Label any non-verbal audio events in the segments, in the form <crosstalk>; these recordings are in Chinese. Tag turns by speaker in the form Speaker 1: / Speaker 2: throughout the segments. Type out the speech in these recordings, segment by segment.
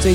Speaker 1: 最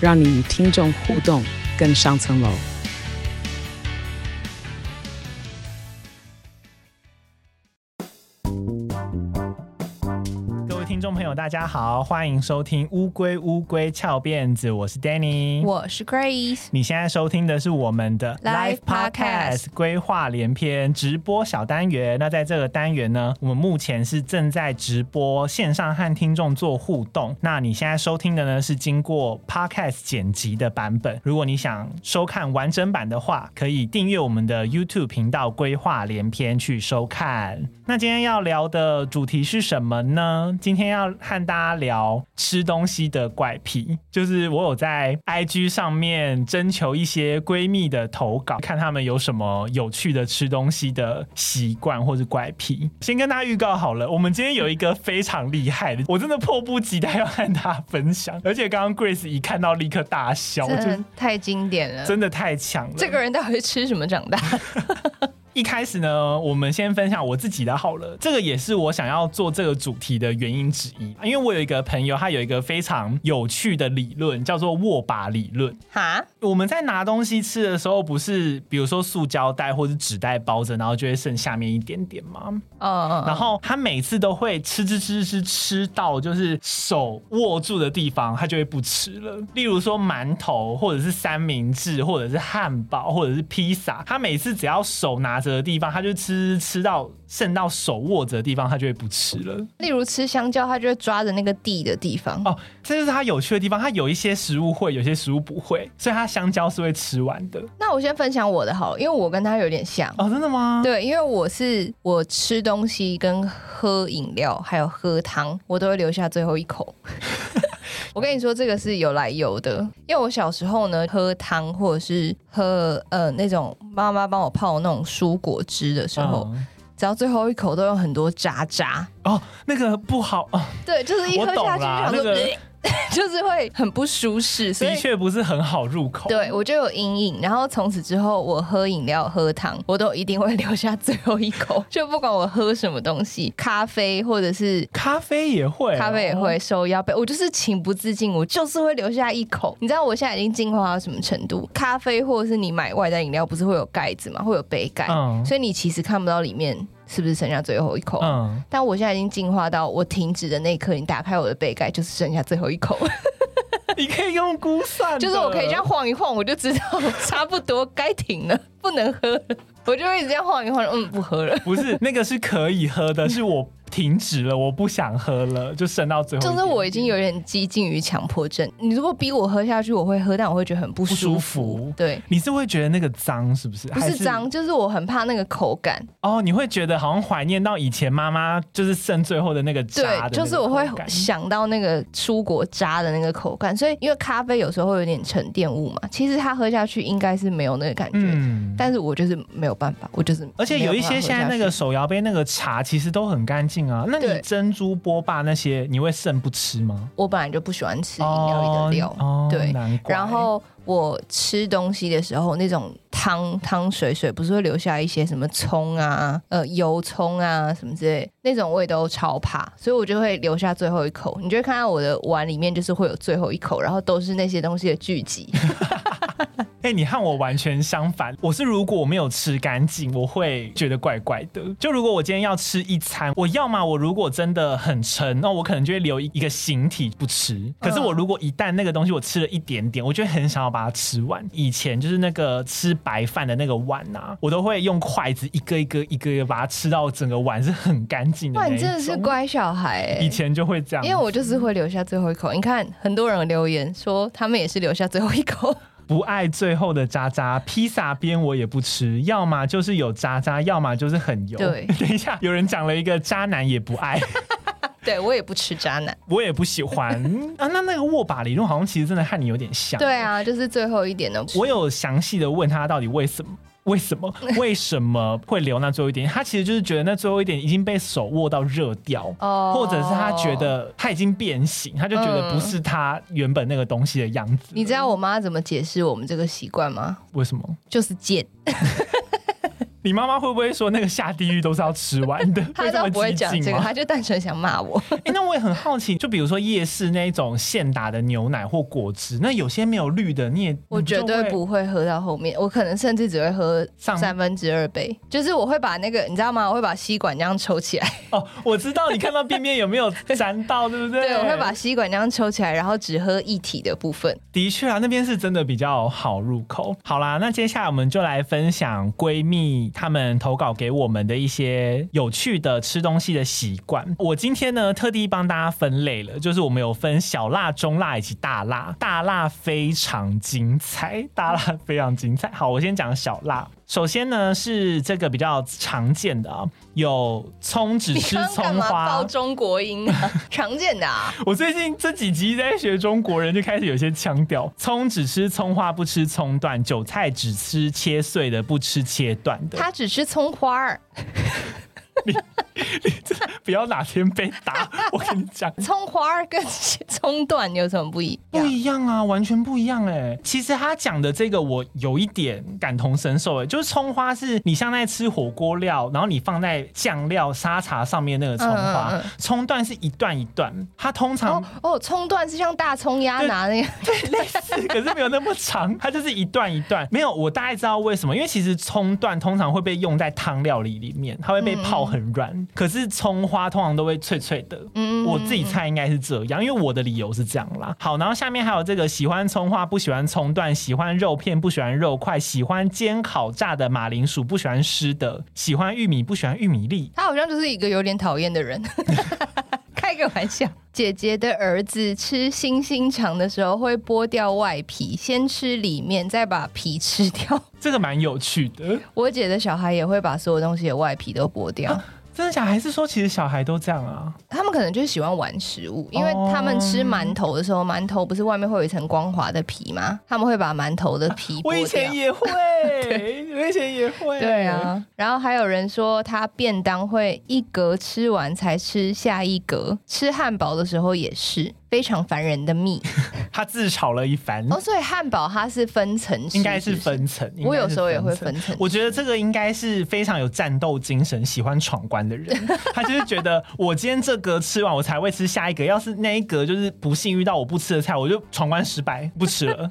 Speaker 1: 让你与听众互动更上层楼。
Speaker 2: 各位听众朋友，大家好，欢迎收听《乌龟乌龟翘辫子》，我是 Danny，
Speaker 3: 我是 Grace。
Speaker 2: 你现在收听的是我们的
Speaker 3: Live Podcast
Speaker 2: 规划连篇直播小单元。那在这个单元呢，我们目前是正在直播线上和听众做互动。那你现在收听的呢是经过 Podcast 剪辑的版本。如果你想收看完整版的话，可以订阅我们的 YouTube 频道“规划连篇”去收看。那今天要聊的主题是什么呢？今天要和大家聊吃东西的怪癖，就是我有在 IG 上面征求一些闺蜜的投稿，看她们有什么有趣的吃东西的习惯或是怪癖。先跟大家预告好了，我们今天有一个非常厉害的，我真的迫不及待要和大家分享。而且刚刚 Grace 一看到立刻大笑，我
Speaker 3: 真
Speaker 2: 就
Speaker 3: 的太经典了。
Speaker 2: 真的太强了。
Speaker 3: 这个人到底是吃什么长
Speaker 2: <laughs>
Speaker 3: 大？
Speaker 2: 一开始呢，我们先分享我自己的好了，这个也是我想要做这个主题的原因之一，因为我有一个朋友，他有一个非常有趣的理论，叫做握把理论。
Speaker 3: 哈，
Speaker 2: 我们在拿东西吃的时候，不是比如说塑胶袋或是纸袋包着，然后就会剩下面一点点吗？
Speaker 3: <laughs> 嗯，
Speaker 2: 然后他每次都会吃吃吃吃吃到就是手握住的地方，他就会不吃了。例如说馒头，或者是三明治，或者是汉堡，或者是披萨，他每次只要手拿着的地方，他就吃吃到剩到手握着的地方，他就会不吃了。
Speaker 3: 例如吃香蕉，他就会抓着那个地的地方。
Speaker 2: 哦，这就是他有趣的地方。他有一些食物会，有些食物不会，所以他香蕉是会吃完的。
Speaker 3: 那我先分享我的好了，因为我跟他有点像。
Speaker 2: 哦，真的吗？
Speaker 3: 对，因为我是我吃东西跟喝饮料还有喝汤，我都会留下最后一
Speaker 2: <laughs>
Speaker 3: 口。我跟你说，这个是有来由的，因为我小时候呢，喝汤或者是喝呃那种妈妈帮我泡那种蔬果汁的时候，
Speaker 2: 嗯
Speaker 3: 只要最后一口都有很多渣渣，
Speaker 2: 哦，那个不好哦，
Speaker 3: 对，就是一
Speaker 2: 我
Speaker 3: 喝
Speaker 2: 懂
Speaker 3: 下去就
Speaker 2: 啦
Speaker 3: 想说，
Speaker 2: 那个
Speaker 3: <laughs> 就是会很不舒适，所以
Speaker 2: 的确不是很好入口。
Speaker 3: 对我就有阴影。然后从此之后，我喝饮料、喝糖，我都一定会留下最后一口，就不管我喝什么东西，咖啡或者是。
Speaker 2: 咖啡也会哦，
Speaker 3: 咖啡也会收腰杯，我就是情不自禁，我就是会留下一口。你知道我现在已经进化到什么程度？咖啡或者是你买外带饮料，不是会有盖子吗？会有杯盖，
Speaker 2: 嗯
Speaker 3: 所以你其实看不到里面是不是剩下最后一口。
Speaker 2: 嗯，
Speaker 3: 但我现在已经进化到，我停止的那一刻，你打开我的杯盖，就是剩下最后一 <laughs> 口，
Speaker 2: <laughs> 你可以用估算的，
Speaker 3: 就是我可以这样晃一晃，我就知道差不多该停了，不能喝 <laughs> 了，我就会一直这样晃一晃，嗯，不喝了。
Speaker 2: 不是那个是可以喝的，是我停止了，我不想喝了，就剩到最后一
Speaker 3: 就
Speaker 2: 点
Speaker 3: 是
Speaker 2: 点，
Speaker 3: 我已经有点接近于强迫症，你如果逼我喝下去，我会喝，但我会觉得很不
Speaker 2: 不舒
Speaker 3: 舒服。
Speaker 2: 服。
Speaker 3: 对，
Speaker 2: 你是会觉得那个脏是不是？
Speaker 3: 不
Speaker 2: 还
Speaker 3: 是脏，就是我很怕那个口感。
Speaker 2: 哦，你会觉得好像怀念到以前妈妈就是剩最后的那个渣的
Speaker 3: 对
Speaker 2: 那，个
Speaker 3: 就是我会
Speaker 2: 口感
Speaker 3: 想到那个蔬果渣的那个口感，所以因为咖啡有时候会有点沉淀物嘛，其实它喝下去应该是没有那个感觉的。
Speaker 2: 嗯。
Speaker 3: 但是我就是没有办法，我就是
Speaker 2: 而且有一些现在那个手摇杯那个茶其实都很干净啊，那你
Speaker 3: 对
Speaker 2: 珍珠波霸那些你会剩不吃吗？
Speaker 3: 我本来就不喜欢吃饮料里的料，
Speaker 2: 哦哦哦
Speaker 3: 对
Speaker 2: 难怪
Speaker 3: 然后我吃东西的时候，那种汤汤水水不是会留下一些什么葱啊、呃油葱啊什么之类，那种我也都超怕，所以我就会留下最后一口。你就会看到我的碗里面就是会有最后一口，然后都是那些东西的聚
Speaker 2: <laughs>
Speaker 3: 集。
Speaker 2: 哎、你和我完全相反。我是如果我没有吃干净，我会觉得怪怪的。就如果我今天要吃一餐，我要么我如果真的很撑，那我可能就会留一个形体不吃。可是我如果一旦那个东西我吃了一点点，我就会很想要把它吃完。以前就是那个吃白饭的那个碗啊，我都会用筷子一个一个一个一个把它吃到整个碗是很干净的
Speaker 3: 哇，
Speaker 2: 那
Speaker 3: 你
Speaker 2: 一
Speaker 3: 真的是
Speaker 2: 种。
Speaker 3: 乖小孩哎、
Speaker 2: 以前就啊会这样，
Speaker 3: 因为我就是会留下最后一口，你看很多人留言说他们也是留下最后一口， <laughs>
Speaker 2: 不爱最后的渣渣，披萨边我也不吃，要么就是 <laughs> 有渣渣，要么就是很油。
Speaker 3: 对
Speaker 2: 等一下，有人讲了一个渣男也不爱， <laughs>
Speaker 3: 对我也不吃渣男。
Speaker 2: 我也不喜欢 <laughs> 啊。那那个握把理论好像其实真的和你有点像。
Speaker 3: 对啊，就是最后一点呢，
Speaker 2: 我有详细的问他到底为什么。为什
Speaker 3: <laughs>
Speaker 2: 么为什么会留那最后一点？他其实就是觉得那最后一点已经被手握到热掉，
Speaker 3: 哦
Speaker 2: 或者是他觉得他已经变形，他就觉得不是他原本那个东西的样子。
Speaker 3: 你知道我妈怎么解释我们这个习惯吗？
Speaker 2: 为什么？
Speaker 3: 就是贱，
Speaker 2: 你妈妈会不会说那个下地狱都是要吃完的？
Speaker 3: <laughs> 她
Speaker 2: 这
Speaker 3: 倒
Speaker 2: 么
Speaker 3: 不会
Speaker 2: 激
Speaker 3: 讲
Speaker 2: 进
Speaker 3: 这个，
Speaker 2: 吗
Speaker 3: 她就单纯想
Speaker 2: <laughs>
Speaker 3: 骂我。
Speaker 2: 哎、那我也很好奇，就比如说夜市那一种现打的牛奶或果汁，那有些没有绿的，你也
Speaker 3: 我绝对。不会喝到后面，我可能甚至只会喝
Speaker 2: 上
Speaker 3: 三分之二杯，就是我会把那个你知道吗？我会把吸管这样抽起来，
Speaker 2: 你就会哦，我知道你看到边边有没有沾到，对不对？
Speaker 3: <laughs> 对，我会把。吸管这样抽起来，然后只喝一体的部分。
Speaker 2: 的确啊，那边是真的比较好入口。好啦，那接下来我们就来分享闺蜜她们投稿给我们的一些有趣的吃东西的习惯。我今天呢特地帮大家分类了，就是我们有分小辣、中辣以及大辣。大辣非常精彩，大辣非常精彩。好，我先讲小辣。首先呢是这个比较常见的啊、有葱只
Speaker 3: 你
Speaker 2: 吃
Speaker 3: 刚刚干
Speaker 2: 葱
Speaker 3: 嘛
Speaker 2: 花
Speaker 3: 报。中国音
Speaker 2: <laughs>
Speaker 3: 啊？常见的啊，
Speaker 2: 我最近这几集在学中国人，就开始有些腔调。葱只吃葱花，不吃葱段；韭菜只吃切碎的，不吃切断的。
Speaker 3: 他只吃葱花儿，
Speaker 2: 不要哪天被打，我跟你讲。
Speaker 3: 葱花儿跟葱段有什么 <laughs> 不一
Speaker 2: 不
Speaker 3: 样？
Speaker 2: 一样啊，完全不一样哎、其实他讲的这个，我有一点感同身受哎、就是葱花是你像在吃火锅料，然后你放在酱料、沙茶上面那个葱花
Speaker 3: 嗯嗯嗯，
Speaker 2: 葱、段是一段一段，它通常
Speaker 3: 哦哦，葱段是像大葱鸭拿那个，
Speaker 2: 类似， <laughs> 可是没有那么长，它就是一段一段。没有，我大概知道为什么，因为其实葱段通常会被用在汤料理里面，它会被泡很软，可是葱花通常都会脆脆的。
Speaker 3: 嗯
Speaker 2: 我自己猜应该是这样，因为我的理由是这样啦。好，然后下面还有这个喜欢葱花，不喜欢葱段；喜欢肉片，不喜欢肉块；喜欢煎、烤、炸的马铃薯，不喜欢湿的；喜欢玉米，不喜欢玉米粒。
Speaker 3: 他好像就是一个有点讨厌的人。 <laughs> 开个玩笑，姐姐的儿子吃星星肠的时候会剥掉外皮，先吃里面，再把皮吃掉。 <laughs>
Speaker 2: 这个蛮有趣的，
Speaker 3: 我姐的小孩也会把所有东西的外皮都剥掉，
Speaker 2: 真的假的？还是说其实小孩都这样啊？
Speaker 3: 他们可能就是喜欢玩食物，因为他们吃馒头的时候，馒头不是外面会有一层光滑的皮吗？他们会把馒头的皮
Speaker 2: 我以
Speaker 3: 剥掉
Speaker 2: 前。 <laughs> 也会，我以前也会。
Speaker 3: 对，啊，然后还有人说他便当会一格吃完才吃下一格，吃汉堡的时候也是非常烦人
Speaker 2: <laughs>
Speaker 3: 的密
Speaker 2: 他自嘲了一番，
Speaker 3: 哦。所以汉堡它是分层吃，
Speaker 2: 应该是
Speaker 3: 不
Speaker 2: 分层。
Speaker 3: 我有时候也会
Speaker 2: 应该是
Speaker 3: 分层
Speaker 2: 层。我觉得这个应该是非常有战斗精神、喜欢闯关的
Speaker 3: <laughs>
Speaker 2: 人。他就是觉得我今天这格吃完，我才会吃下一格。要是那一格就是不幸遇到我不吃的菜，我就闯关失败，不吃
Speaker 3: <laughs>
Speaker 2: 了，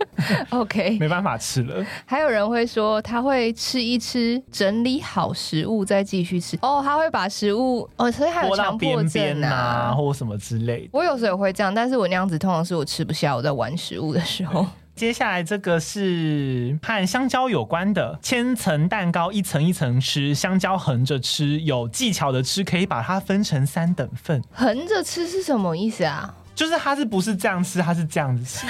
Speaker 3: OK，
Speaker 2: 没办法吃了。
Speaker 3: 还有人会说他会吃一吃，整理好食物再继续吃。哦，他会把食物哦，所以还有
Speaker 2: 拨到
Speaker 3: 强迫
Speaker 2: 边边
Speaker 3: 症
Speaker 2: 呐，
Speaker 3: 啊。
Speaker 2: 或什么之类的。
Speaker 3: 我有时候也会这样，但是我那样子通常是我吃不下，我在玩食物的时候。
Speaker 2: <laughs> 接下来这个是和香蕉有关的，千层蛋糕一层一层吃，香蕉横着吃，有技巧的吃，可以把它分成三等份。
Speaker 3: 横着吃是什么意思啊？ <laughs>
Speaker 2: 就是它是不是这样吃，它是这样子吃。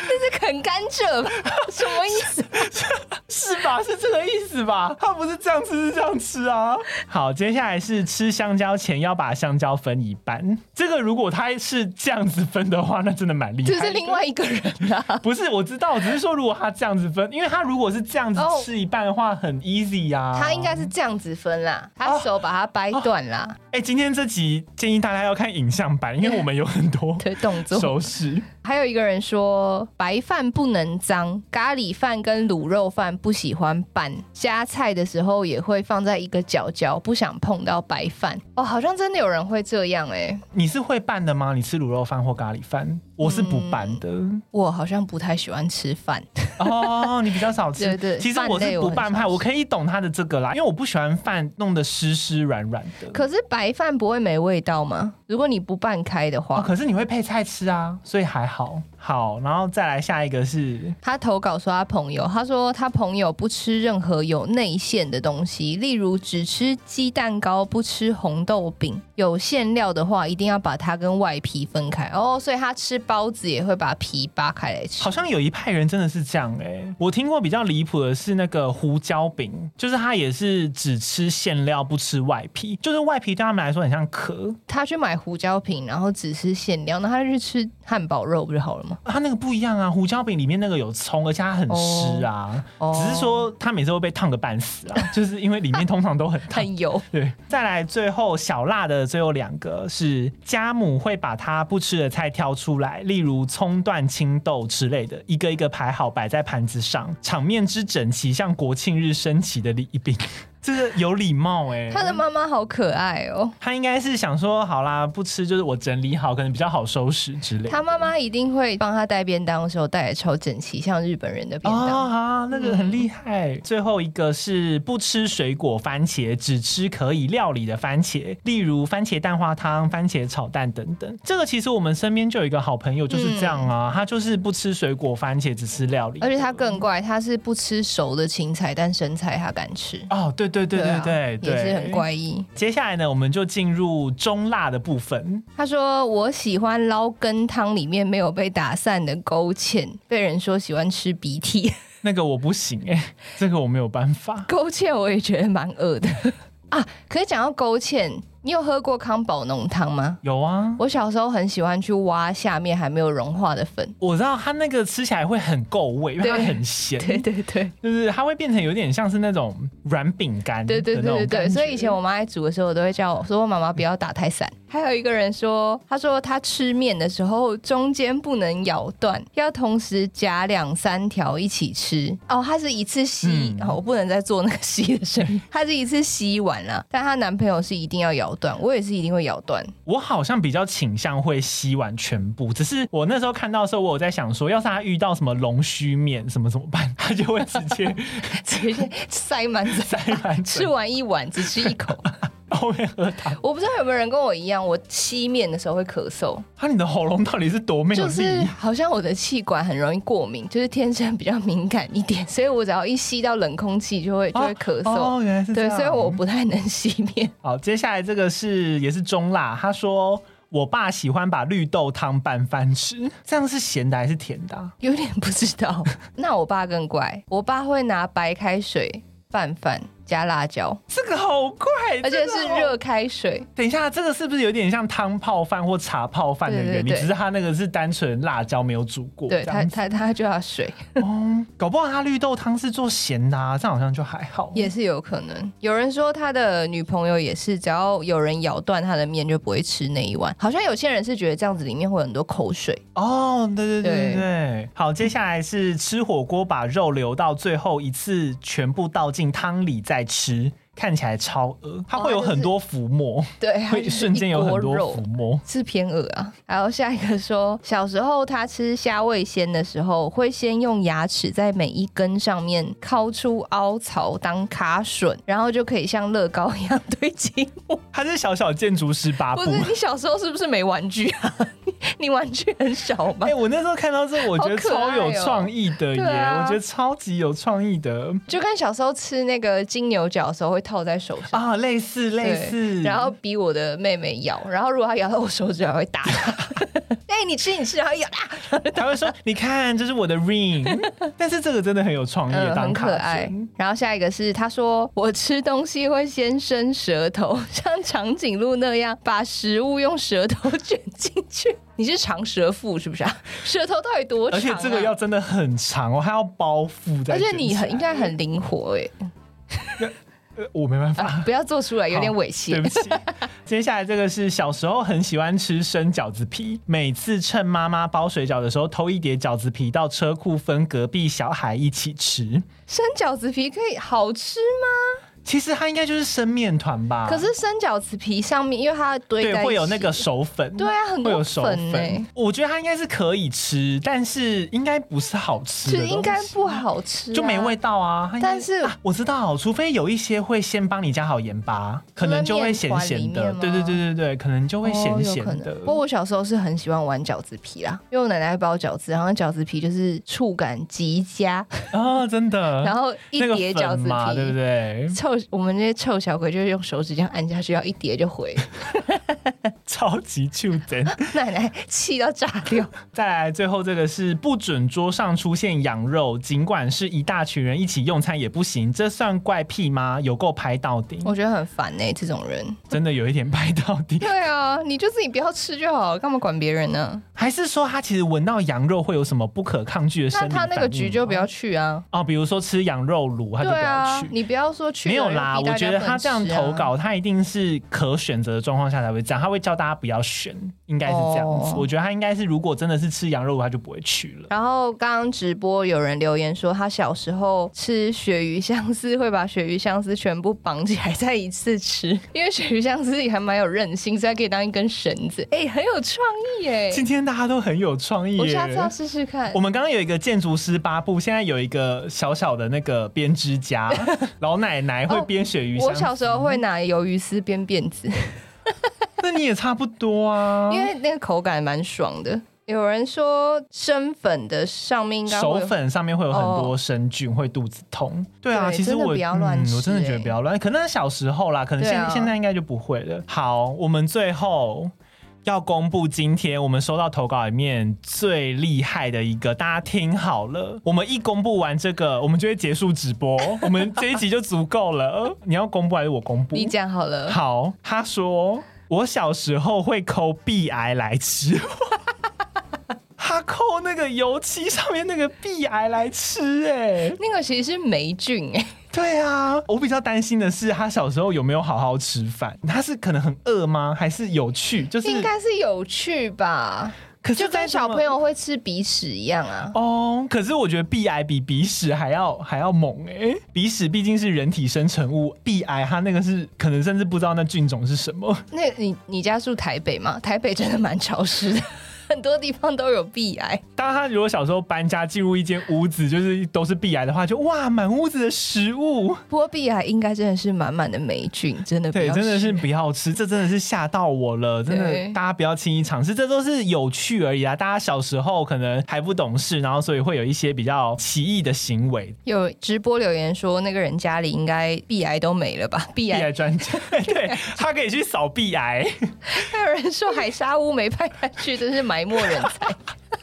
Speaker 3: 这是啃甘蔗
Speaker 2: <laughs>
Speaker 3: 吧？什么意思？
Speaker 2: <laughs> 是吧？是这个意思吧？他不是这样吃，是这样吃啊。好，接下来是吃香蕉前要把香蕉分一半。这个如果他是这样子分的话，那真的蛮厉害
Speaker 3: 这
Speaker 2: 的。
Speaker 3: 是另外一个人啊啦、
Speaker 2: 不是，我知道，我只是说如果他这样子分，因为他如果是这样子
Speaker 3: 哦
Speaker 2: 吃一半的话，很 easy 呀、啊。
Speaker 3: <laughs> 他应该是这样子分啦，他手把它掰断啦
Speaker 2: 哎、今天这集建议大家要看影像版，因为我们有很 <laughs> 多
Speaker 3: 的动作。
Speaker 2: 手势。
Speaker 3: 还有一个人说，白饭不能脏，咖喱饭跟卤肉饭不喜欢拌，夹菜的时候也会放在一个角角，不想碰到白饭。哦，好像真的有人会这样哎、
Speaker 2: 你是会拌的吗？你吃卤肉饭或咖喱饭？我是不拌的。
Speaker 3: 我好像不太喜欢吃饭。
Speaker 2: 哦，你比较少吃。
Speaker 3: 对对
Speaker 2: 其实我是不拌派，我可以懂他的这个啦，因为我不喜欢饭弄得湿湿软软的。
Speaker 3: 可是白饭不会没味道吗？如果你不拌开的
Speaker 2: 哦，
Speaker 3: 话，
Speaker 2: 可是你会配菜吃啊，所以还好。好，然后再来下一个是
Speaker 3: 他投稿说他朋友，他说他朋友不吃任何有内馅的东西，例如只吃鸡蛋糕，不吃红豆饼。有馅料的话，一定要把它跟外皮分开。哦，所以他吃包子也会把皮扒开来吃
Speaker 2: 好。像有一派人真的是这样哎、我听过比较离谱的是那个胡椒饼，就是他也是只吃馅料不吃外皮，就是外皮对他们来说很像壳，
Speaker 3: 他去买胡椒饼，然后只吃馅料，那他就去吃汉堡肉不就好了吗？
Speaker 2: 它那个不一样啊，胡椒饼里面那个有葱，而且它很湿啊，
Speaker 3: 哦
Speaker 2: 只是说它每次会被烫个半死啊，就是因为
Speaker 3: <laughs>
Speaker 2: 里面通常都很烫。
Speaker 3: 很油。
Speaker 2: 对，再来最后小辣的最后两个是家母会把她不吃的菜挑出来，例如葱段、青豆之类的，一个一个排好摆在盘子上，场面之整齐，像国庆日升旗的 <laughs> 礼宾，这个有礼貌哎、
Speaker 3: 他的妈妈好可爱哦，
Speaker 2: 他应该是想说，好啦，不吃就是我整理好，可能比较好收拾之类的。
Speaker 3: 他妈妈一定会帮他带便当的时候带的超整齐，像日本人的嗯便当。
Speaker 2: 哦，好，那个很厉害。最后一个是不吃水果番茄，只吃可以料理的番茄，例如番茄蛋花汤、番茄炒蛋等等。这个其实我们身边就有一个好朋友就是这样啊，他就是不吃水果番茄，只吃料理的。
Speaker 3: 嗯而且他
Speaker 2: 嗯
Speaker 3: 更怪，他是不吃熟的青菜，但生菜他敢吃。
Speaker 2: 哦，对对对对对
Speaker 3: 啊
Speaker 2: 对，
Speaker 3: 也是很。怪异。
Speaker 2: 接下来呢，我们就进入中辣的部分。
Speaker 3: 他说：“我喜欢捞羹汤里面没有被打散的勾芡，被人说喜欢吃鼻涕。 <laughs>
Speaker 2: 那个我不行哎、这个我没有办法。
Speaker 3: 勾芡我也觉得蛮恶的啊。可是讲到勾芡，你有喝过康宝浓汤吗？
Speaker 2: 有啊，
Speaker 3: 我小时候很喜欢去挖下面还没有融化的粉。
Speaker 2: 我知道它那个吃起来会很够味，因为它
Speaker 3: 对
Speaker 2: 很咸。
Speaker 3: 对对对。”
Speaker 2: 就是它会变成有点像是那种软饼干的
Speaker 3: 对
Speaker 2: 那种
Speaker 3: 对
Speaker 2: 感觉，
Speaker 3: 对对对，所以以前我妈在煮的时候，我都会叫我说妈妈不要打太
Speaker 2: <laughs>
Speaker 3: 散。还有一个人说，他说他吃面的时候中间不能咬断，要同时夹两三条一起吃。哦，她是一次吸，
Speaker 2: 嗯
Speaker 3: 哦，我不能再做那个吸的声音， <laughs> 她是一次吸完了，但她男朋友是一定要咬断，我也是一定会咬断。 <laughs>
Speaker 2: 我好像比较倾向会吸完全部，只是我那时候看到的时候，我有在想说，要是他遇到什么龙须面什么怎么办， <laughs> 他就会直接
Speaker 3: 直接塞满嘴，
Speaker 2: 塞
Speaker 3: <laughs>
Speaker 2: 满
Speaker 3: 吃
Speaker 2: 嘴， <laughs>
Speaker 3: 完一碗只吃一口。
Speaker 2: 后面喝汤。
Speaker 3: 我不知道有没有人跟我一样，我吸面的时候会咳嗽。
Speaker 2: 他你的喉咙到底是多没有
Speaker 3: 就
Speaker 2: 力？啊
Speaker 3: 是好像我的气管很容易过敏，就是天生比较敏感一点，所以我只要一吸到冷空气就会就会咳嗽。
Speaker 2: 哦，哦原来是这
Speaker 3: 对，
Speaker 2: 样。
Speaker 3: 所以我不太能吸面。
Speaker 2: 好，接下来这个是也是中辣，他说。我爸喜欢把绿豆汤拌饭吃，这样是咸的还是甜的啊、
Speaker 3: 有点不知
Speaker 2: <laughs>
Speaker 3: 道。那我爸更怪，我爸会拿白开水拌饭加辣椒，
Speaker 2: 这个好怪，
Speaker 3: 而
Speaker 2: 这
Speaker 3: 且
Speaker 2: 个
Speaker 3: 是
Speaker 2: 好
Speaker 3: 热开水。
Speaker 2: 等一下，这个是不是有点像汤泡饭或茶泡饭的
Speaker 3: 对
Speaker 2: 原
Speaker 3: 对
Speaker 2: 理？
Speaker 3: 对
Speaker 2: 只是它那个是单纯辣椒没有煮过，
Speaker 3: 对
Speaker 2: 这
Speaker 3: 他，
Speaker 2: 样子。
Speaker 3: 他他就要水，
Speaker 2: 哦，搞不好他绿豆汤是做咸的、啊，这样好像就还好。
Speaker 3: 也是有可能。有人说他的女朋友也是，只要有人咬断他的面，就不会吃那一碗。好像有些人是觉得这样子里面会有很多口水，
Speaker 2: 哦，对对对对
Speaker 3: 对
Speaker 2: 对。好，接下来是吃火锅，把肉留到最后一次全部倒进汤里再吃，看起来超恶，它会有很多浮沫，
Speaker 3: 对，它
Speaker 2: 会
Speaker 3: 就是
Speaker 2: 瞬间有
Speaker 3: 一
Speaker 2: 很
Speaker 3: 锅
Speaker 2: 多
Speaker 3: 肉
Speaker 2: 浮沫。
Speaker 3: 是偏恶啊。 <laughs> 然后下一个说，小时候他吃虾味鲜的时候，会先用牙齿在每一根上面敲出凹槽当卡榫，然后就可以像乐高一样 <laughs> 堆积木。
Speaker 2: 它是小小建筑师八
Speaker 3: 不
Speaker 2: 步。
Speaker 3: 是你小时候是不是没玩具啊？ <laughs> 你你玩具很少吗
Speaker 2: 哎、？我那时候看到这，我觉得
Speaker 3: 好可爱
Speaker 2: 超有
Speaker 3: 哦
Speaker 2: 创意的耶！
Speaker 3: 对啊
Speaker 2: 我觉得超级有创意的。
Speaker 3: 就跟小时候吃那个金牛角的时候会套在手上。
Speaker 2: 啊，类似
Speaker 3: 对
Speaker 2: 类似，
Speaker 3: <laughs> 然后逼我的妹妹咬，然后如果她咬到我手指，还会
Speaker 2: <laughs>
Speaker 3: 打她。 <laughs> 哎、你吃你吃，然后咬她。
Speaker 2: 他会
Speaker 3: <laughs>
Speaker 2: 说：“你看，这是我的 ring。”但是这个真的很有创意，
Speaker 3: 嗯，
Speaker 2: 当
Speaker 3: 很
Speaker 2: 卡
Speaker 3: 可爱
Speaker 2: 片。
Speaker 3: 然后下一个是他说我吃东西会先伸舌头， <laughs> 像长颈鹿那样把食物用舌头卷进去。你是长舌妇是不是啊？舌头到底多长、
Speaker 2: 而
Speaker 3: 啊？
Speaker 2: 且这个要，真的很长哦，还要包覆在。
Speaker 3: 而且你很应，该很灵活哎、
Speaker 2: 呃我没
Speaker 3: <laughs>
Speaker 2: 办法，
Speaker 3: 不要做出来有点猥
Speaker 2: 对
Speaker 3: 亵。
Speaker 2: 不起。接下来这个是小时候很喜欢吃生饺子皮，每次趁妈妈包水饺的时候偷一碟饺子皮到车库分隔壁小孩一起吃。
Speaker 3: 生饺子皮可以好吃吗？
Speaker 2: 其实它应该就是生面团吧？
Speaker 3: 可是生饺子皮上面，因为它堆在一
Speaker 2: 对，
Speaker 3: 起
Speaker 2: 会有那个手粉，
Speaker 3: 对啊很多
Speaker 2: 会有手
Speaker 3: 粉欸
Speaker 2: 我觉得它应该是可以吃，但是应该不是好吃
Speaker 3: 其
Speaker 2: 的东
Speaker 3: 实
Speaker 2: 西，
Speaker 3: 应该不好吃、
Speaker 2: 就没味。道啊。它应该
Speaker 3: 但是
Speaker 2: 啊我知道，除非有一些会先帮你加好盐巴，可能就会咸咸
Speaker 3: 面
Speaker 2: 的。
Speaker 3: 团里面吗
Speaker 2: 对对对对对，可能就会咸咸
Speaker 3: 哦有可
Speaker 2: 的
Speaker 3: 能。不过我小时候是很喜欢玩饺子皮啦，因为我奶奶会包饺子，然后饺子皮就是触感极佳，
Speaker 2: 啊，真的。
Speaker 3: 然后一
Speaker 2: 那个
Speaker 3: 叠
Speaker 2: 粉
Speaker 3: 饺子皮，
Speaker 2: 嘛，对不对？
Speaker 3: 臭我们这些臭小鬼就是用手指这样按下去，要一叠
Speaker 2: <laughs>
Speaker 3: 就回，
Speaker 2: 超级 Q 真。
Speaker 3: <laughs> 奶奶气到炸掉。
Speaker 2: 再来，最后这个是不准桌上出现羊肉，尽管是一大群人一起用餐也不行，这算怪癖吗？有够拍到顶，
Speaker 3: 我觉得很烦呢、这种人。
Speaker 2: 真的有一点拍到顶。
Speaker 3: 对啊，你就自己不要吃就好，干嘛管别人呢、
Speaker 2: 还是说他其实闻到羊肉会有什么不可抗拒的生
Speaker 3: 那
Speaker 2: 理
Speaker 3: 他那
Speaker 2: 反
Speaker 3: 个
Speaker 2: 应
Speaker 3: 局就
Speaker 2: 吗
Speaker 3: 不要去啊。
Speaker 2: 哦，比如说吃羊肉卤，他就不
Speaker 3: 对
Speaker 2: 要
Speaker 3: 啊
Speaker 2: 去，。
Speaker 3: 你不要说去了
Speaker 2: 没有啦，
Speaker 3: 又逼
Speaker 2: 我
Speaker 3: 大家
Speaker 2: 觉得他这样
Speaker 3: 不能吃啊
Speaker 2: 投稿，他一定是可选择的状况下才会这样，他会叫大家不要选，应该是这样子。
Speaker 3: 哦
Speaker 2: 我觉得他应该是，如果真的是吃羊肉卤，他就不会去了。
Speaker 3: 然后刚刚直播有人留言说，他小时候吃鳕鱼香丝会把鳕鱼香丝全部绑起来再一次吃， <laughs> 因为鳕鱼香丝也还蛮有韧性，所以它可以当一根绳子。 <laughs> 哎、很有创意哎、 <laughs>
Speaker 2: 今天大家都很有创意耶。
Speaker 3: 我下次要试试看
Speaker 2: 我。们刚刚有一个建筑师八部，现在有一个小小的那个编织
Speaker 3: <laughs>
Speaker 2: 家，老奶奶会编鳕鱼香。
Speaker 3: 哦我小时候会拿鱿鱼丝编辫子，
Speaker 2: 那你也差不多啊，
Speaker 3: 因为那个口感蛮爽的。有人说生粉的上面应该
Speaker 2: 手
Speaker 3: 会哦
Speaker 2: 粉上面会有很多生菌，会肚子痛。对啊，
Speaker 3: 对
Speaker 2: 其实
Speaker 3: 真的
Speaker 2: 我
Speaker 3: 不要乱吃
Speaker 2: 嗯，我真的觉得
Speaker 3: 欸
Speaker 2: 不要乱。可能小时候啦，可能
Speaker 3: 对
Speaker 2: 现、
Speaker 3: 啊
Speaker 2: 现在应该就不会了。好，我们最后。要公布今天我们收到投稿里面最厉害的一个，大家听好了。我们一公布完这个，我们就会结束直播，我们这一集就足够了。呃你要公布还是我公布？
Speaker 3: 你讲好了，
Speaker 2: 好，他说我小时候会抠壁癌来吃， <laughs> 他抠那个油漆上面那个壁癌来吃、哎，
Speaker 3: 那个其实是霉菌哎、
Speaker 2: 对啊，我比较担心的是他小时候有没有好好吃饭，他是可能很饿吗？还是有趣？就是
Speaker 3: 应该是有趣吧，
Speaker 2: 可是
Speaker 3: 就
Speaker 2: 在
Speaker 3: 跟
Speaker 2: 什
Speaker 3: 小
Speaker 2: 么
Speaker 3: 朋。友会吃鼻屎一样啊。
Speaker 2: 哦，可是我觉得壁癌比鼻屎还要还要猛哎、鼻屎毕竟是人体生成物，壁癌它那个是可能甚至不知道那菌种是什么。
Speaker 3: 那你你家住台北吗？台北真的蛮潮湿的， <laughs> 很多地方都有壁癌。
Speaker 2: 当他如果小时候搬家进入一间屋子，就是都是壁癌的话，就哇，满屋子的食
Speaker 3: <laughs>
Speaker 2: 物，
Speaker 3: 不过壁癌应该真的是满满的霉菌，真的不
Speaker 2: 对，
Speaker 3: 要
Speaker 2: 真的
Speaker 3: 吃
Speaker 2: 是不要吃，这真的是吓到我了，真的
Speaker 3: 对，
Speaker 2: 大家不要轻易尝试，这都是有趣而已啊。大家小时候可能还不懂事，然后所以会有一些比较奇异的行为。
Speaker 3: 有直播留言说，那个人家里应该壁癌都没了吧？壁
Speaker 2: 壁
Speaker 3: 癌
Speaker 2: 癌专家， <laughs> 对他可以去扫壁癌。
Speaker 3: 还有人说海沙屋没派下去，真是埋没人
Speaker 2: <laughs>
Speaker 3: 才。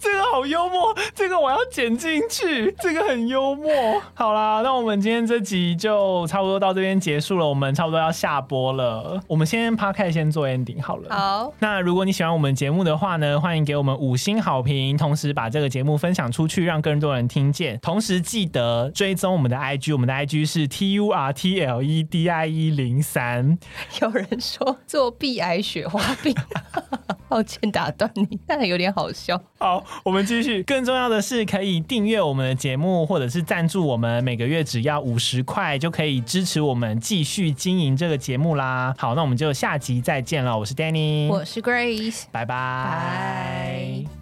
Speaker 2: 这个好幽默，这个我要剪进去，这个很幽默。好啦，那我们今天这集就差不多到这边结束了，我们差不多要下播了。我们先 p 开先做 ending 好了。
Speaker 3: 好，
Speaker 2: 那如果你喜欢我们节目的话呢，欢迎给我们五星好评，同时把这个节目分享出去，让更多人听见。同时记得追踪我们的 IG，我们的 IG 是 T U R T L E D I E 零三。
Speaker 3: 有人说做壁癌雪花病， <laughs> 抱歉打断你，但有点好笑。
Speaker 2: 好，我们继续。更重要的是，可以订阅我们的节目，或者是赞助我们，每个月只要五十块就可以支持我们继续经营这个节目啦。嗯好，那我们就下集再见了。我是 Danny，
Speaker 3: 我是 Grace。
Speaker 2: 拜拜。
Speaker 3: 拜